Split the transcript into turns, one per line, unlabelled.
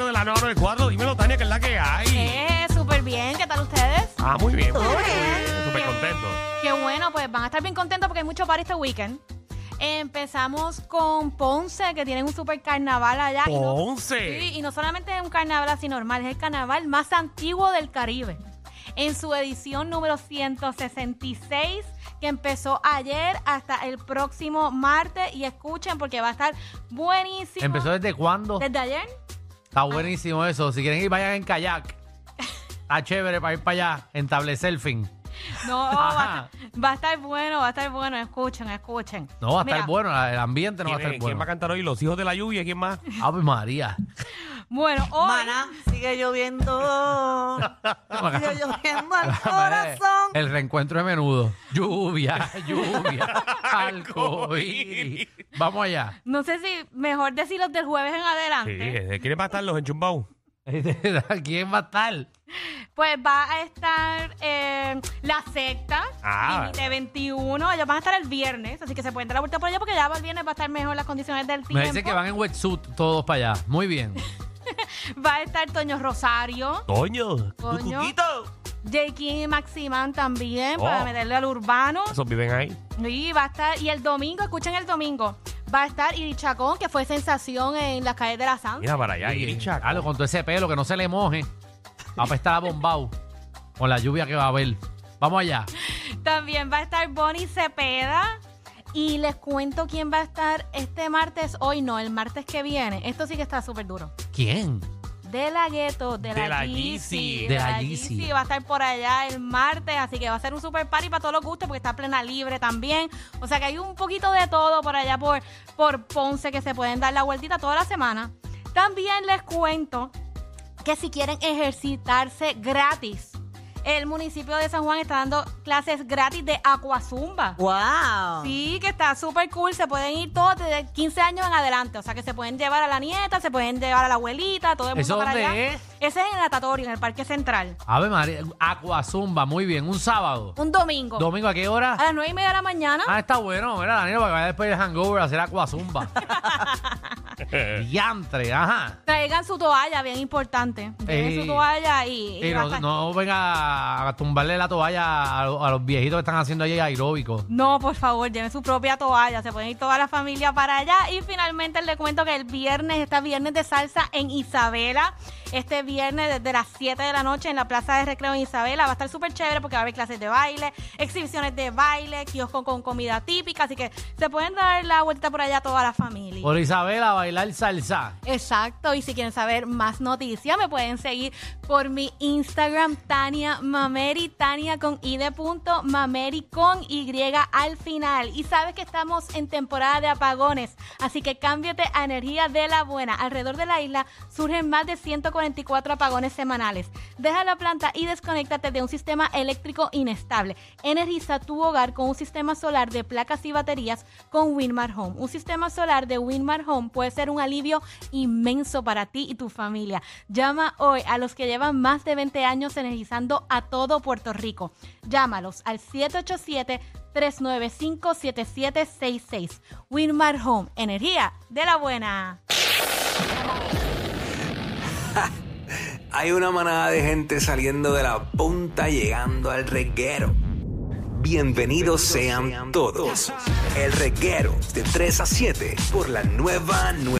número uno del cuadro. Dímelo, Tania, que es la que hay.
Eh, súper bien, ¿qué tal ustedes?
Ah, muy bien. muy
Todo
bien,
bien.
muy bien. Súper contento.
Qué bueno, pues van a estar bien contentos porque hay mucho para este weekend. Empezamos con Ponce, que tienen un super carnaval allá. y no- Sí,
Ponce.
y no solamente es un carnaval así normal, es el carnaval más antiguo del Caribe. En su edición número 166, que empezó ayer hasta el próximo martes. Y escuchen porque va a estar buenísimo.
¿Empezó desde cuándo?
desde ayer.
Está buenísimo eso. Si quieren ir, vayan en kayak. Está chévere para ir para allá, establecer el fin.
No, va a, estar, va a estar bueno, va a estar bueno. Escuchen, escuchen.
No va a estar
Mira,
bueno, la- el ambiente no va a
¿Quién,
estar
es- quién va a
bueno.
cantar hoy? Los hijos de la lluvia. ¿Quién más?
Ave María.
Bueno, hoy.
Maná, sigue lloviendo. sigue lloviendo al corazón.
El reencuentro de menudo. Lluvia, lluvia, alcohol. Vamos allá.
No sé si mejor decir los del jueves en
Sí,
adelante.
eh, ¿quiénes van a estar los enchumbados?
¿Quién va a estar?
Pues va a estar eh, la secta,
Ah.
Límite 21. Ellos van a estar el viernes, así que se pueden dar la vuelta por allá porque ya para el viernes va a estar mejor las condiciones del tiempo.
Me dice que van en wetsuit todos para allá. Muy bien.
Va a estar Toño Rosario,
Coño.
Coño.
Cucuquito.
J.K. y Maximán también,
Oh.
para meterle al urbano.
Esos viven ahí.
Y va a estar, y el domingo, escuchen el domingo, va a estar Iri Chacón, que fue sensación en las calles de la Santa.
Mira para allá.
Sí,
Iris Chacón.
Claro, con todo ese pelo, que no se le moje. Va a estar a bombao. Con la lluvia que va a haber. Vamos allá.
También va a estar Bonnie Cepeda. Y les cuento quién va a estar este martes, hoy no, el martes que viene. Esto sí que está súper duro.
¿Quién?
De la gueto, de,
De la
la
Yeezy.
Yeezy.
De la Yeezy.
Va a estar por allá el martes, así que va a ser un super party para todos los gustos porque está plena libre también. O sea que hay un poquito de todo por allá por, por Ponce que se pueden dar la vueltita toda la semana. También les cuento que si quieren ejercitarse gratis, el municipio de San Juan está dando clases gratis de aquazumba.
Ah.
Wow.
Sí, que está súper cool. Se pueden ir todos desde 15 años en adelante. O sea, que se pueden llevar a la nieta, se pueden llevar a la abuelita, todo el mundo
¿Eso
para
dónde
allá.
es?
Ese es en el natatorio, en el Parque Central.
Ave María. Aquazumba, muy bien. Un sábado.
Un domingo.
¿Domingo a qué hora?
a las 9 y media de la mañana.
Ah, está bueno. Mira, Danilo, para que vaya después del hangover a hacer aquazumba. Diantre, ajá.
Traigan su toalla, bien importante. Traigan
Sí.
su toalla y. y
Y
va a
no,
estar-
no venga a tumbarle la toalla a, lo- a los viejitos que están haciendo ahí aeróbicos.
No, por favor, lleven su propia toalla. Se pueden ir toda la familia para allá. Y finalmente les cuento que el viernes, está viernes de salsa en Isabela. Este viernes desde las 7 de la noche en la Plaza de Recreo en Isabela. Va a estar súper chévere porque va a haber clases de baile, exhibiciones de baile, kiosco con comida típica. Así que se pueden dar la vuelta por allá toda la familia.
Por Isabela a bailar salsa.
Exacto, y si quieren saber más noticias, me pueden seguir por mi Instagram, Tania Mameri, Tania con I de punto, Mameri con Y al final. Y sabes que estamos en temporada de apagones, así que cámbiate a energía de la buena. Alrededor de la isla surgen más de 144 apagones semanales. Deja la planta y desconéctate de un sistema eléctrico inestable. Energiza tu hogar con un sistema solar de placas y baterías con Winmar Home. Un sistema solar de Winmar Home puede ser un alivio inmenso para ti y tu familia. Llama hoy a los que llevan más de 20 años energizando a todo Puerto Rico. Llámalos al 787 395 7766. Winmar Home, energía de la buena.
Hay una manada de gente saliendo de la punta llegando al reguero. Bienvenidos sean todos. El reguero de 3 a 7 por la nueva nueva.